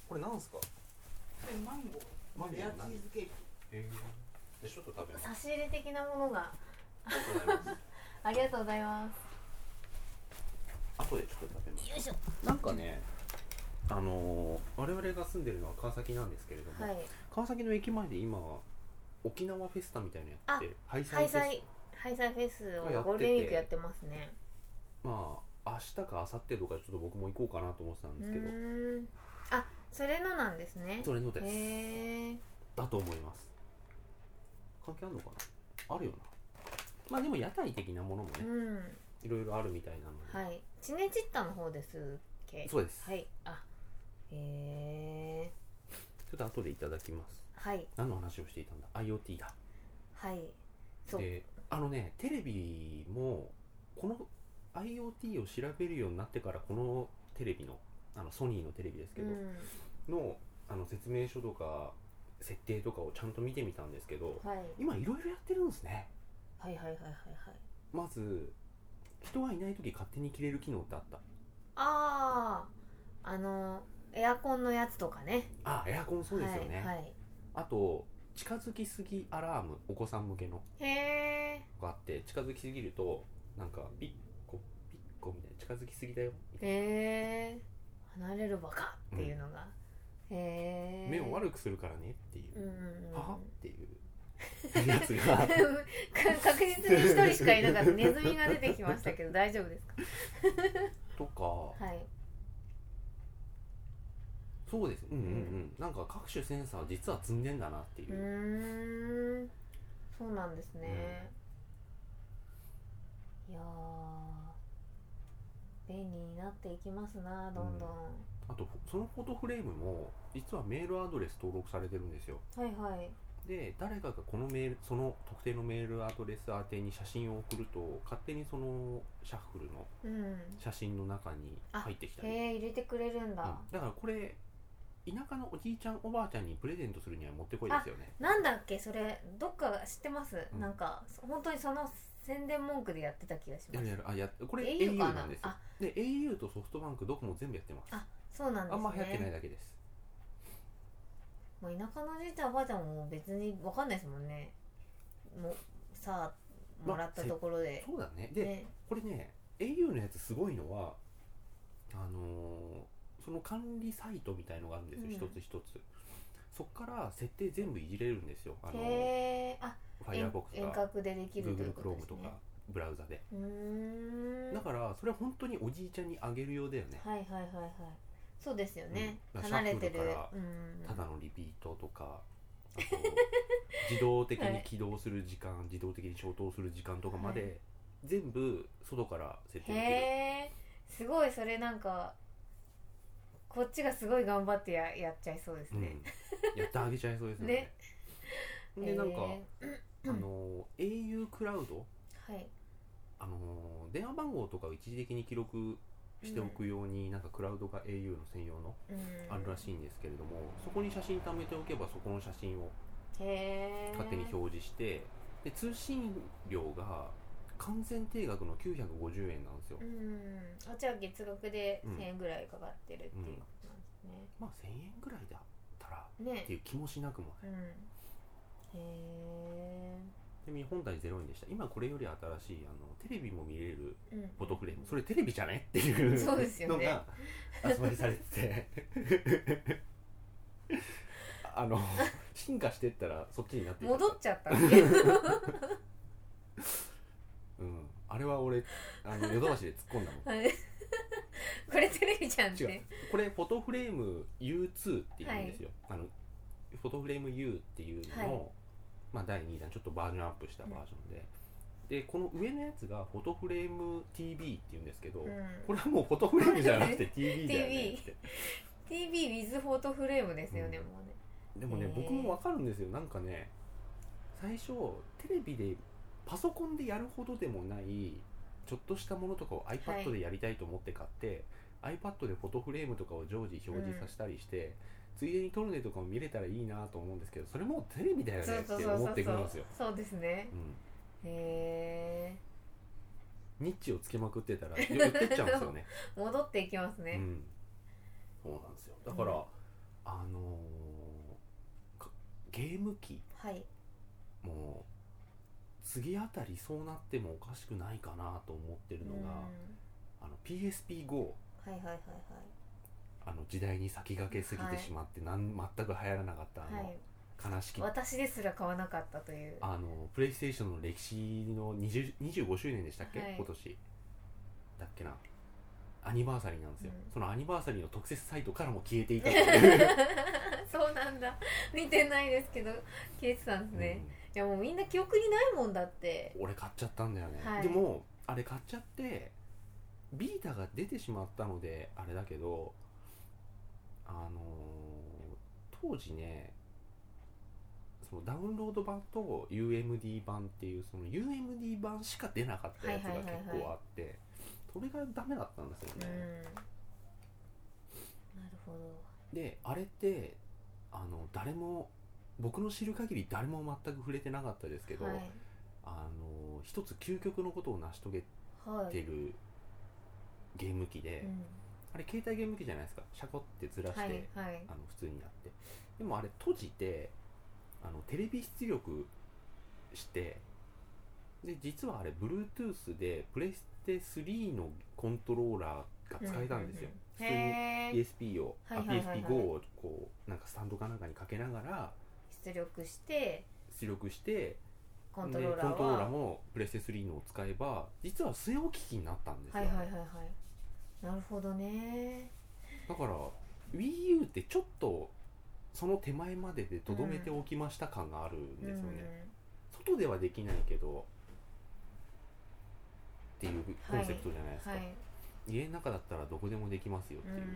Speaker 1: これなんすか
Speaker 3: マンゴー
Speaker 1: マ
Speaker 3: レアチーズケーキ
Speaker 1: えでちょっと食べます
Speaker 2: 差し入れ的なものが
Speaker 1: ありがとうございます
Speaker 2: ありがとうございます
Speaker 1: 後でちょっと食べます
Speaker 2: よいしょ
Speaker 1: なんかねあのー我々が住んでるのは川崎なんですけれども、
Speaker 2: はい
Speaker 1: 川崎の駅前で今沖縄フェスタみたいなのやってるハイサイフェ
Speaker 2: 廃
Speaker 1: スタ
Speaker 2: 材廃材フェス
Speaker 1: やって
Speaker 2: を
Speaker 1: て
Speaker 2: ゴールデンウィークやってますね
Speaker 1: まあ明日か明後日とかちょっと僕も行こうかなと思ってたん
Speaker 2: う
Speaker 1: ですけど、
Speaker 2: ーんあそれのなんですね
Speaker 1: それのです、
Speaker 2: へえ
Speaker 1: だと思います関係あるのかなあるよなまあでも屋台的なものもね
Speaker 2: うん
Speaker 1: いろいろあるみたいなので、
Speaker 2: はいチネチッタの方ですけ
Speaker 1: そうです、
Speaker 2: はいあへえ
Speaker 1: ちょっと後でいただきます
Speaker 2: はい
Speaker 1: 何の話をしていたんだ IoT だ
Speaker 2: はいそう
Speaker 1: であのねテレビもこの IoT を調べるようになってからこのテレビのあのソニーのテレビですけ
Speaker 2: う
Speaker 1: ど、
Speaker 2: ん
Speaker 1: のあの説明書とか設定とかをちゃんと見てみたんですけど
Speaker 2: はい
Speaker 1: 今いろいろやってるんですね
Speaker 2: はいはいはいはいはい
Speaker 1: まず人がいない時勝手に切れる機能ってあった
Speaker 2: あああのエアコンのやつとかね
Speaker 1: あエアコンそうですよね、
Speaker 2: はい、はい、
Speaker 1: あと近づきすぎアラームお子さん向けの
Speaker 2: へえ
Speaker 1: があって近づきすぎるとなんかピッコピッコみたいな近づきすぎだよみたい
Speaker 2: へえ離れるバカっていうのが、へえ
Speaker 1: な目を
Speaker 2: る
Speaker 1: 悪くするからねっていうう、
Speaker 2: んうんうん
Speaker 1: はは
Speaker 2: <laughs>
Speaker 1: っていうやつが
Speaker 2: 確実に一人しかいなかったネズミが出てきましたけど大丈夫ですか
Speaker 1: とか、
Speaker 2: はい
Speaker 1: そうですうんうんうんなんか各種センサー実は積んでんだなっていうう、
Speaker 2: ーんそうなんですね、いやー便利になっていきますなどんどん、
Speaker 1: あとそのフォトフレームも実はメールアドレス登録されてるんですよ
Speaker 2: はいはい
Speaker 1: で誰かがこのメールその特定のメールアドレス宛てに写真を送ると勝手にそのシャッフルの
Speaker 2: うん
Speaker 1: 写真の中に入ってきたり、
Speaker 2: へえ入れてくれるんだ、
Speaker 1: うんだからこれ田舎のおじいちゃんおばあちゃんにプレゼントするにはもってこいですよね
Speaker 2: なんだっけそれどっか知ってます、
Speaker 1: うん
Speaker 2: なんか本当にその宣伝文句でやってた気がし
Speaker 1: や
Speaker 2: ます
Speaker 1: るやるあやこれ
Speaker 2: au
Speaker 1: au
Speaker 2: かな
Speaker 1: なんですよ
Speaker 2: あ
Speaker 1: で au とソフトバンクどこも全部やってます
Speaker 2: あそうなんです
Speaker 1: あ
Speaker 2: ね
Speaker 1: んま流行ってないだけです
Speaker 2: もう田舎のおじいちゃんおばあちゃんも別にわかんないですもんねもうさあもらったところで、
Speaker 1: そうだねで
Speaker 2: ね
Speaker 1: これね au のやつすごいのはあのーその管理サイトみたいのがあるんですよ、
Speaker 2: うん
Speaker 1: 一つ一つそっから設定全部いじれるんですよあの
Speaker 2: へえあ遠
Speaker 1: Firefox と
Speaker 2: 遠
Speaker 1: か
Speaker 2: 隔でできるという
Speaker 1: Google
Speaker 2: ことで
Speaker 1: Chrome
Speaker 2: す
Speaker 1: と
Speaker 2: ね
Speaker 1: かブラウザで
Speaker 2: うーん
Speaker 1: だからそれは本当におじいちゃんにあげるようだよね、
Speaker 2: はいはいはいはいそうですよね、
Speaker 1: うん
Speaker 2: 離れて
Speaker 1: シ
Speaker 2: る
Speaker 1: ャッフルから
Speaker 2: うん
Speaker 1: ただのリピートとかあ
Speaker 2: <laughs>
Speaker 1: と自動的に起動する時間、自動的に消灯する時間とかまで、
Speaker 2: は
Speaker 1: 全部外から設定できる
Speaker 2: へえすごいそれなんかこっちがすごい頑張ってややっちゃいそうです
Speaker 1: うん
Speaker 2: ね、、
Speaker 1: やってあげちゃいそうですよね。でなんか、
Speaker 2: へ
Speaker 1: あの au クラウド
Speaker 2: えはい
Speaker 1: あの電話番号とかを一時的に記録しておくように、なんかクラウドが au の専用の
Speaker 2: うん
Speaker 1: あるらしいんですけれども、そこに写真貯めておけばそこの写真を
Speaker 2: へえ
Speaker 1: 勝手に表示して、で通信料が完全定額の950円なんですよ、
Speaker 2: うんあじゃあ月額で
Speaker 1: うん
Speaker 2: 1000円ぐらいかかってるっていうことなんですね、
Speaker 1: まあ1000円ぐらいだったら
Speaker 2: ね
Speaker 1: っていう気もしなくもない
Speaker 2: うんへ
Speaker 1: ちなみに本体0円でした今これより新しいあのテレビも見れる
Speaker 2: え、うん、
Speaker 1: フォトフレームそれテレビじゃねっていう
Speaker 2: そうですよ
Speaker 1: の
Speaker 2: ね
Speaker 1: が集まりされてて <laughs> あの進化してったらそっちになっていく
Speaker 2: 戻っちゃったんですけど
Speaker 1: うん、あれは俺あのヨドバシで突っ込んだもん
Speaker 2: はい <laughs> これテレビじゃんっ
Speaker 1: 違う
Speaker 2: て
Speaker 1: これフォトフレーム U2 っていうんですよ、あのフォトフレーム U っていうのの、
Speaker 2: はい
Speaker 1: まあ、第2弾ちょっとバージョンアップしたバージョンで、でこの上のやつがフォトフレーム TV っていうんですけど、
Speaker 2: うん
Speaker 1: これはもうフォトフレームじゃな
Speaker 2: <laughs>
Speaker 1: くて TV だよね
Speaker 2: TV
Speaker 1: って
Speaker 2: TVWith フォトフレームですよね、
Speaker 1: うん
Speaker 2: もうね
Speaker 1: でもね、
Speaker 2: へー
Speaker 1: 僕もわかるんですよなんかね最初テレビでパソコンでやるほどでもないちょっとしたものとかを
Speaker 2: はい
Speaker 1: iPad でやりたいと思って買って、iPad でフォトフレームとかを常時表示させたりして、ついでにトルネとかも見れたらいいなと思うんですけどそれもうテレビだよ
Speaker 2: そ
Speaker 1: ね
Speaker 2: う
Speaker 1: って
Speaker 2: そうそう
Speaker 1: 思
Speaker 2: そ
Speaker 1: っ
Speaker 2: う
Speaker 1: てく
Speaker 2: そ
Speaker 1: るんで
Speaker 2: う
Speaker 1: すよ。
Speaker 2: そうですね
Speaker 1: うん
Speaker 2: へえ
Speaker 1: ニッチをつけまくってたら売ってっちゃうんですよね。
Speaker 2: 戻っていきます
Speaker 1: う
Speaker 2: <laughs> ね、
Speaker 1: ん、そうなんですよだから、
Speaker 2: うん
Speaker 1: あのーかゲーム機
Speaker 2: はい
Speaker 1: もう次あたりそうなってもおかしくないかなと思ってるのが、
Speaker 2: う
Speaker 1: あの PSP GO
Speaker 2: んはいはいはい
Speaker 1: あの時代に先駆けすぎ
Speaker 2: はい
Speaker 1: てしまって、なん全く流行らなかったあ
Speaker 2: はい、は
Speaker 1: の、
Speaker 2: い、
Speaker 1: 悲しき
Speaker 2: 私ですら買わなかったという
Speaker 1: あのプレイステーションの歴史の20 25周年でしたっけ、
Speaker 2: はい
Speaker 1: 今年だっけなアニバーサリーなんですよ、
Speaker 2: うん
Speaker 1: そのアニバーサリーの特設サイトからも消えていたっていう、
Speaker 2: <laughs> そうなんだ見てないですけど消えてたんですね、いやもうみんな記憶にないもんだって
Speaker 1: うん俺買っちゃったんだよね、
Speaker 2: はい
Speaker 1: でもあれ買っちゃってビータが出てしまったのであれだけどあのー当時ねそのダウンロード版と UMD 版っていうその UMD 版しか出なかったやつが
Speaker 2: はい
Speaker 1: 結
Speaker 2: はいはいはい
Speaker 1: 構あって、それがダメだったんですよ
Speaker 2: うんな
Speaker 1: ね、
Speaker 2: るほ
Speaker 1: であれってあの誰も僕の知る限り誰も全く触れてなかったですけど、
Speaker 2: どはい
Speaker 1: あのー一つ究極のことを成し遂げ
Speaker 2: は
Speaker 1: っ
Speaker 2: い
Speaker 1: てるゲーム機で、
Speaker 2: うん
Speaker 1: あれ携帯ゲーム機じゃないですかシャコってずらして、
Speaker 2: はいはい
Speaker 1: あの普通にやってでもあれ閉じてあのテレビ出力してで実はあれ Bluetooth でプレステ3のコントローラーが使えたんですよ、
Speaker 2: うんうんうんへえ
Speaker 1: PSP を、あ
Speaker 2: はいはいはいはい
Speaker 1: PSP GO をこうなんかスタンドかなんかにかけながら
Speaker 2: 出力して
Speaker 1: 出力して
Speaker 2: コントローラー
Speaker 1: で
Speaker 2: は
Speaker 1: コントローラーもプレステ3のを使えば実は据え置き機になったんですよ、
Speaker 2: はいはいはいはいなるほどね
Speaker 1: だから WiiU ってちょっとその手前まででとどめておきました感があるんですよね、外ではできないけどっていうコンセプトじゃないです
Speaker 2: うん
Speaker 1: か、
Speaker 2: はい
Speaker 1: 家の中だったらどこでもできますよっ
Speaker 2: う
Speaker 1: ていう、
Speaker 2: ん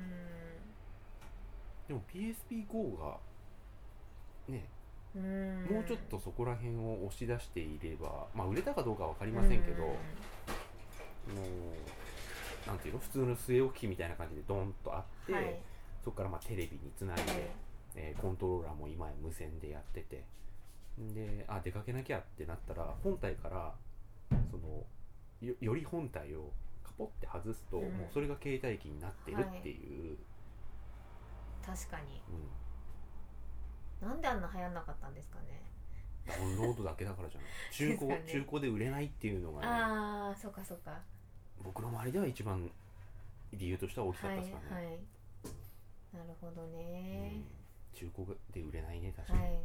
Speaker 1: でも PSPGO がね
Speaker 2: うん
Speaker 1: もうちょっとそこら辺を押し出していればまあ売れたかどうかは分かりませんけど、
Speaker 2: う
Speaker 1: もうなんていうの普通の据え置きみたいな感じでドンとあって、
Speaker 2: はい
Speaker 1: そこからまあテレビにつないで、えーコントローラーも今や無線でやっててであ出かけなきゃってなったら本体からそのよより本体をカポって外すと、
Speaker 2: うん
Speaker 1: もうそれが携帯機になってるっていう、
Speaker 2: 確かに
Speaker 1: うん、
Speaker 2: なんであんな流行んなかったんですかね
Speaker 1: ダウンロードだけだからじゃ
Speaker 2: <laughs>
Speaker 1: ない中古、
Speaker 2: ですかね
Speaker 1: 中古で売れないっていうのが、ね、
Speaker 2: ああそうかそうか
Speaker 1: 僕の周りでは一番理由としては大きかっ
Speaker 2: はい
Speaker 1: たで
Speaker 2: はい
Speaker 1: すからね、
Speaker 2: なるほど
Speaker 1: うん
Speaker 2: ね、
Speaker 1: 中古で売れないね確か
Speaker 2: は
Speaker 1: に、
Speaker 2: い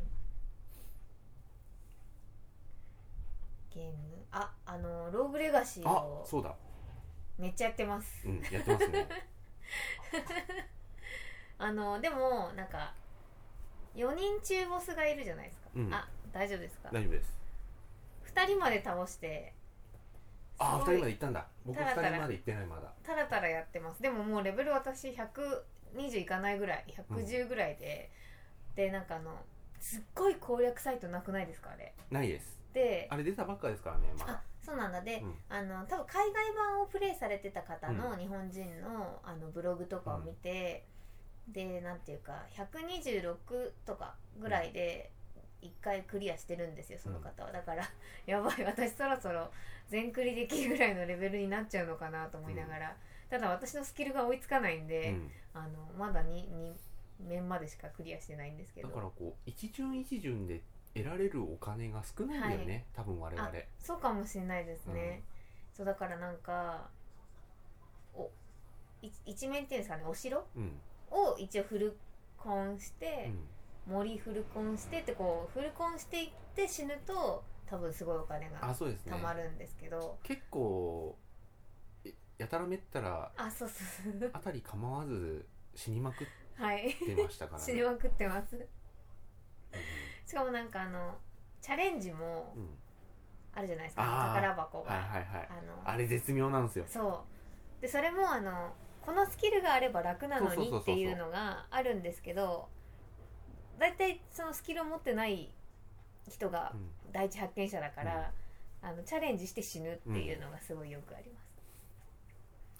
Speaker 2: ゲームああのローグレガシー
Speaker 1: あ
Speaker 2: を
Speaker 1: そうだ
Speaker 2: めっちゃやってます
Speaker 1: うんやってます
Speaker 2: <laughs>
Speaker 1: ね
Speaker 2: あのでもなんか4人中ボスがいるじゃないですか、
Speaker 1: うん
Speaker 2: あ大丈夫ですか
Speaker 1: 大丈夫です
Speaker 2: 2人まで倒して
Speaker 1: あ
Speaker 2: す
Speaker 1: 二人
Speaker 2: ごい
Speaker 1: まで行ったんだ僕
Speaker 2: た
Speaker 1: 二
Speaker 2: ら
Speaker 1: 人
Speaker 2: た
Speaker 1: ま
Speaker 2: ら
Speaker 1: で行ってないまだ
Speaker 2: タラタラやってますでももうレベル私120いかないぐらい110ぐらいで、でなんかあのすっごい攻略サイトなくないですかあれ
Speaker 1: ないです
Speaker 2: で
Speaker 1: あれ出たばっかですからねま
Speaker 2: あ
Speaker 1: だ
Speaker 2: そうなんだで、
Speaker 1: うん
Speaker 2: あの多分海外版をプレイされてた方
Speaker 1: う
Speaker 2: の
Speaker 1: ん
Speaker 2: 日本人の,、あのブログとかを見て、でなんていうか126とかぐらいで1回クリアしてるんですよその方は、だから <laughs> やばい私そろそろ全クリできるぐらいのレベルになっちゃうのかなと思いながら、ただ私のスキルが追いつかないん
Speaker 1: う
Speaker 2: で、
Speaker 1: ん、
Speaker 2: あのまだ 2, 面までしかクリアしてないんですけ
Speaker 1: だ
Speaker 2: ど
Speaker 1: からこう一巡一巡で得られるお金が少ないんだよね、
Speaker 2: は
Speaker 1: 多分我々
Speaker 2: あそうかもしれないですね、そうだからなんかおい一面っていうんですかねお城
Speaker 1: うん
Speaker 2: を一応フルコンし
Speaker 1: う
Speaker 2: て、
Speaker 1: ん
Speaker 2: 森フルコンしてってこうフルコンしていって死ぬと多分すごいお金
Speaker 1: あ
Speaker 2: が
Speaker 1: そうですね
Speaker 2: 貯まるんですけど、
Speaker 1: 結構えやたらめったら
Speaker 2: あそうそう <laughs> そう
Speaker 1: あたり構わず死にまくっ
Speaker 2: はい
Speaker 1: てましたから
Speaker 2: <laughs> 死に
Speaker 1: ね。
Speaker 2: まくってますしかもなんかあのチャレンジも
Speaker 1: うんうん
Speaker 2: あるじゃないですか
Speaker 1: あー
Speaker 2: 宝箱が、
Speaker 1: はいはいはい。
Speaker 2: あの
Speaker 1: あれ絶妙なんですよ。
Speaker 2: そうでそれもあのこのスキルがあれば楽なの
Speaker 1: そうそう
Speaker 2: に
Speaker 1: そうそう
Speaker 2: っていうのがあるんですけど大体そのスキルを持ってない人が
Speaker 1: うん
Speaker 2: 第一発見者だから、あのチャレンジして死ぬっていうのがすごいよくあります、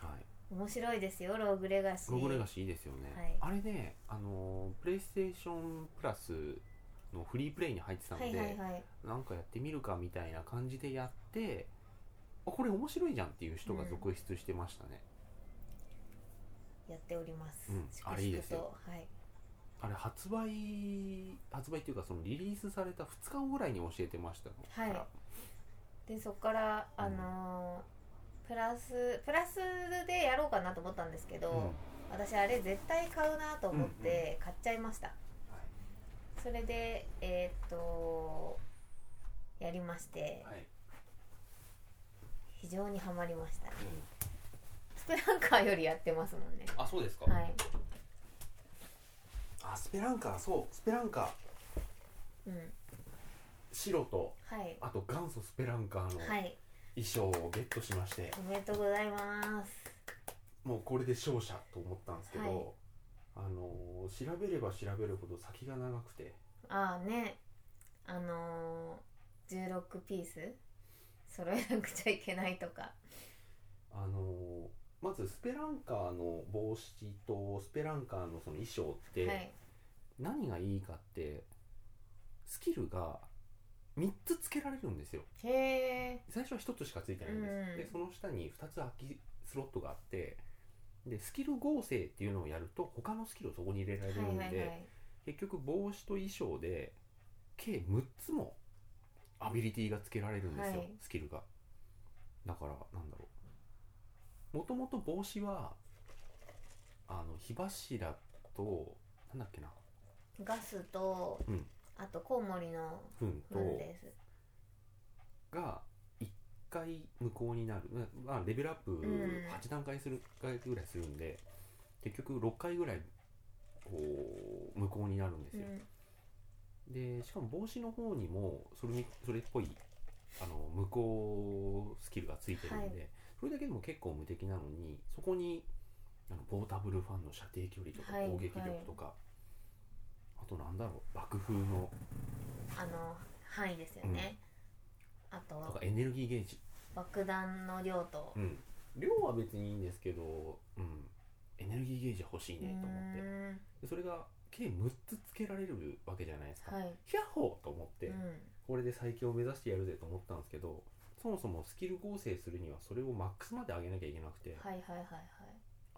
Speaker 1: はい。
Speaker 2: 面白いですよローグレガシー
Speaker 1: ロゴレガシーいいですよね。
Speaker 2: はい
Speaker 1: あれね、あのプレイステーションプラスのフリープレイに入ってたので、
Speaker 2: はいはいはい
Speaker 1: なんかやってみるかみたいな感じでやって、あこれ面白いじゃんっていう人が続出してましたね。
Speaker 2: やっております、
Speaker 1: うん
Speaker 2: 粛
Speaker 1: あれいいですよ
Speaker 2: 々とはい
Speaker 1: あれ発売発売っていうかそのリリースされた2日後ぐらいに教えてましたから。
Speaker 2: はいでそこから
Speaker 1: うん
Speaker 2: あのープラスプラスでやろうかなと思ったんですけど、
Speaker 1: うん
Speaker 2: 私あれ絶対買うなと思って買っちゃいました、それでえーっとやりまして
Speaker 1: はい
Speaker 2: 非常にはまりましたね
Speaker 1: うん
Speaker 2: スプランカーよりやってますもんね
Speaker 1: あそうですか、
Speaker 2: はい、
Speaker 1: あスペランカーそうスペランカー
Speaker 2: うん、
Speaker 1: 白と
Speaker 2: はい
Speaker 1: あと元祖スペランカーの
Speaker 2: は
Speaker 1: 衣
Speaker 2: い
Speaker 1: 装をゲットしまして、
Speaker 2: おめでとうございます
Speaker 1: もうこれで勝者と思ったんですけど、
Speaker 2: はい
Speaker 1: あのー調べれば調べるほど先が長くて
Speaker 2: ああねあのー、16ピース揃えなくちゃいけないとか
Speaker 1: あのーまずスペランカーの帽子とスペランカーのその衣装っ
Speaker 2: は
Speaker 1: て、
Speaker 2: い
Speaker 1: 何がいいかってスキルが3つつけられるんですよ
Speaker 2: へえ
Speaker 1: 最初は1つしかついてないんです、
Speaker 2: うん
Speaker 1: でその下に2つ空きスロットがあってでスキル合成っていうのをやると他のスキルをそこに入れられる
Speaker 2: は
Speaker 1: ん
Speaker 2: い
Speaker 1: で、
Speaker 2: はいはい
Speaker 1: 結局帽子と衣装で計6つもアビリティがつけられるんですよ、
Speaker 2: はい
Speaker 1: スキルがだからなんだろうもともと帽子はあの火柱となんだっけな
Speaker 2: ガスと、
Speaker 1: うん
Speaker 2: あとコウモリの
Speaker 1: 糞
Speaker 2: 糞
Speaker 1: と
Speaker 2: です
Speaker 1: が1回無効になる、うんまあ、レベルアップ
Speaker 2: ん
Speaker 1: 8段階するぐらいするんで、結局6回ぐらいこう無効になるんですよ、でしかも帽子の方にもそれにそれっぽいあの無効スキルがついてるんで、それだけでも結構無敵なのにそこにあのポータブルファンの射程距離とか
Speaker 2: はい
Speaker 1: 攻撃力とか、あとなんだろう爆風の
Speaker 2: あの範囲ですよね、あ
Speaker 1: と
Speaker 2: と
Speaker 1: かエネルギーゲージ、
Speaker 2: 爆弾の量と
Speaker 1: うん、量は別にいいんですけど、うん、エネルギーゲージ欲しいねと思って
Speaker 2: うーん
Speaker 1: でそれが計6つつけられるわけじゃないですか、
Speaker 2: はい、
Speaker 1: ヒャッホーと思って、
Speaker 2: うん、
Speaker 1: これで最強を目指してやるぜと思ったんですけどそもそもスキル合成するにはそれをマックスまで上げなきゃいけなくて、
Speaker 2: はいはいはいはい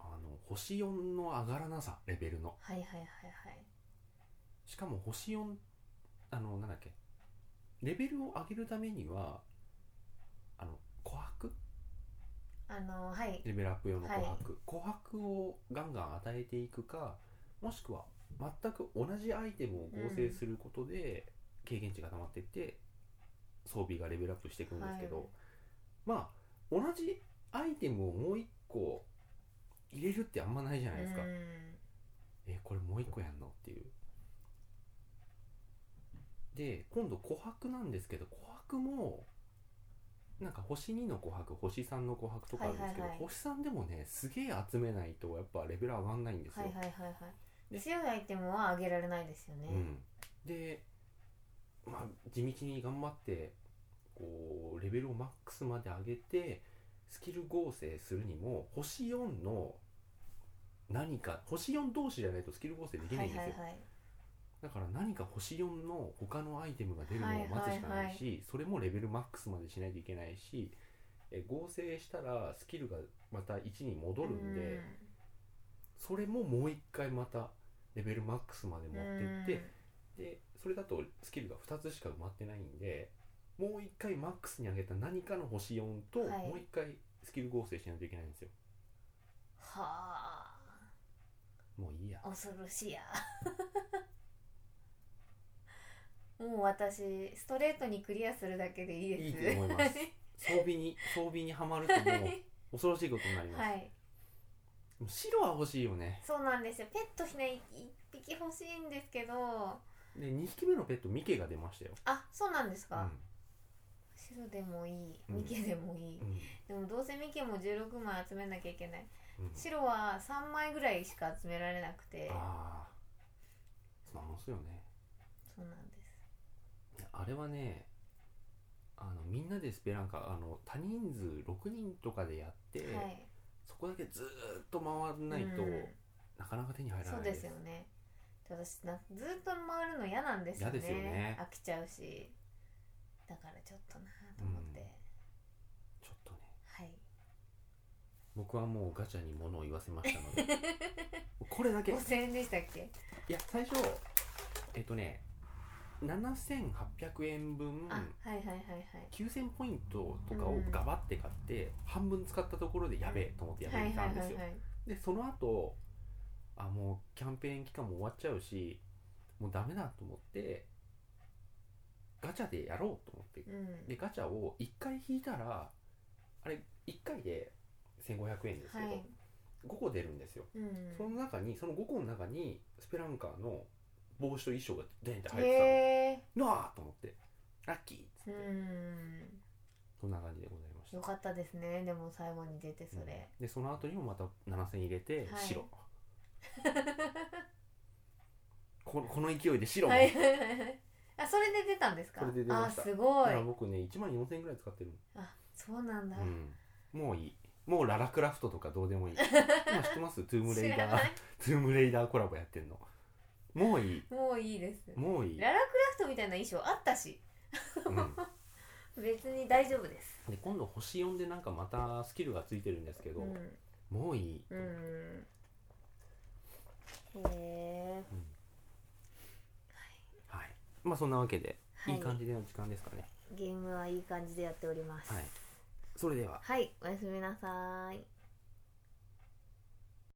Speaker 1: あの星4の上がらなさレベルの
Speaker 2: はいはいはいはい
Speaker 1: しかも星4あのなんだっけレベルを上げるためにはあの琥珀
Speaker 2: あのはい
Speaker 1: レベルアップ用の琥珀、
Speaker 2: はい
Speaker 1: 琥珀をガンガン与えていくかもしくは全く同じアイテムを合成することで経験値が溜まっていって装備がレベルアップしていくんですけど、
Speaker 2: はい
Speaker 1: まあ同じアイテムをもう一個入れるってあんまないじゃないですか、
Speaker 2: うん
Speaker 1: えこれもう一個やんのっていうで今度琥珀なんですけど琥珀もなんか星2の琥珀星3の琥珀とかあるんですけど、
Speaker 2: はいはいはい
Speaker 1: 星3でもねすげえ集めないとやっぱレベル上がんないんですよ、
Speaker 2: はいはいはいは
Speaker 1: で
Speaker 2: い強いアイテムは上げられないですよね、
Speaker 1: うん、で、まあ、地道に頑張ってこうレベルをマックスまで上げてスキル合成するにも星4の何か星4同士じゃないとスキル合成できな
Speaker 2: はい
Speaker 1: ん
Speaker 2: い
Speaker 1: です
Speaker 2: は
Speaker 1: よ、
Speaker 2: いはい
Speaker 1: だから何か星4の他のアイテムが出るのを待つしかないし、それもレベルマックスまでしないといけないしえ合成したらスキルがまた1に戻るんで、それももう一回またレベルマックスまで
Speaker 2: う
Speaker 1: 持
Speaker 2: ん
Speaker 1: ってって、でそれだとスキルが2つしか埋まってないんでもう一回マックスに上げた何かの星4と、
Speaker 2: はい
Speaker 1: もう一回スキル合成しないといけないんですよ。
Speaker 2: はあ
Speaker 1: もういいや。
Speaker 2: 恐ろしいや <laughs> もう私ストレートにクリアするだけでいいです
Speaker 1: いいと思い
Speaker 2: <laughs>
Speaker 1: ます装備に装備にはまるともう恐ろしいことになります。
Speaker 2: <laughs> はい
Speaker 1: もう白は欲しいよね。
Speaker 2: そうなんですよペットね一匹欲しいんですけど
Speaker 1: で2匹目のペットミケが出ましたよ、
Speaker 2: あそうなんです
Speaker 1: う
Speaker 2: か、白でもいい
Speaker 1: うん
Speaker 2: ミケでもいい、
Speaker 1: ん
Speaker 2: でもどうせミケも16枚集めなきゃいけない
Speaker 1: うん
Speaker 2: 白は3枚ぐらいしか集められなくて
Speaker 1: ああそうなんですよね
Speaker 2: そうなんです
Speaker 1: いやあれはねあのみんなでスペランカあの多人数6人とかでやって、
Speaker 2: はい
Speaker 1: そこだけずーっと回らないと、
Speaker 2: うん
Speaker 1: なかなか手に入ら
Speaker 2: そ
Speaker 1: な
Speaker 2: う
Speaker 1: い
Speaker 2: ですよねで私なずっと回るの嫌なんですよね
Speaker 1: 嫌ですよね
Speaker 2: 飽きちゃうしだからちょっとなと思って、
Speaker 1: うんちょっとね
Speaker 2: はい
Speaker 1: 僕はもうガチャに物を言わせましたので <laughs> これだけい
Speaker 2: 5000円でしたっけ
Speaker 1: や最初えっとね7800円分
Speaker 2: あはいはいはいはい
Speaker 1: 9000ポイントとかをガバって買って、半分使ったところでやべえと思ってや
Speaker 2: は
Speaker 1: め
Speaker 2: いは
Speaker 1: たん
Speaker 2: い
Speaker 1: で
Speaker 2: は
Speaker 1: すよ、
Speaker 2: いはい
Speaker 1: でその後あもうキャンペーン期間も終わっちゃうしもうダメだと思ってガチャでやろうと思って
Speaker 2: うん
Speaker 1: でガチャを1回引いたらあれ1回で1500円ですけど、
Speaker 2: はい
Speaker 1: 5個出るんですよ、
Speaker 2: うん
Speaker 1: その中にその5個の中にスペランカーの帽子と衣装がデンって入って
Speaker 2: へえ
Speaker 1: たのなあと思ってラッキーっつって、
Speaker 2: うん
Speaker 1: そんな感じでございました
Speaker 2: よかったですねでも最後に出てそれ、
Speaker 1: うんでその後にもまた7000入れて、
Speaker 2: はい
Speaker 1: 白 <laughs> ここの勢いで白も、
Speaker 2: はい <laughs> あそれで出たんですか
Speaker 1: それで出ました
Speaker 2: あすご
Speaker 1: だ
Speaker 2: い
Speaker 1: から僕ね1万4000円ぐらい使ってる、
Speaker 2: あそうなんだ、
Speaker 1: うん、もういいもうララクラフトとかどうで
Speaker 2: <laughs>
Speaker 1: もいい今知ってますトゥームレイ
Speaker 2: 知ら
Speaker 1: ダ
Speaker 2: な
Speaker 1: ー
Speaker 2: い
Speaker 1: <laughs> トゥームレイダーコラボやってんのもういい
Speaker 2: もういいです
Speaker 1: もういい、
Speaker 2: ララクラフトみたいな衣装あったし
Speaker 1: うん
Speaker 2: 別に大丈夫です
Speaker 1: で今度星4でなんかまたスキルがついてるんですけど、
Speaker 2: うん
Speaker 1: もういい、
Speaker 2: うんへえ
Speaker 1: はいまあそんなわけで、
Speaker 2: はい
Speaker 1: いい感じでの時間ですかね
Speaker 2: ゲームはいい感じでやっております
Speaker 1: はいそれでは
Speaker 2: はい、おやすみなさーい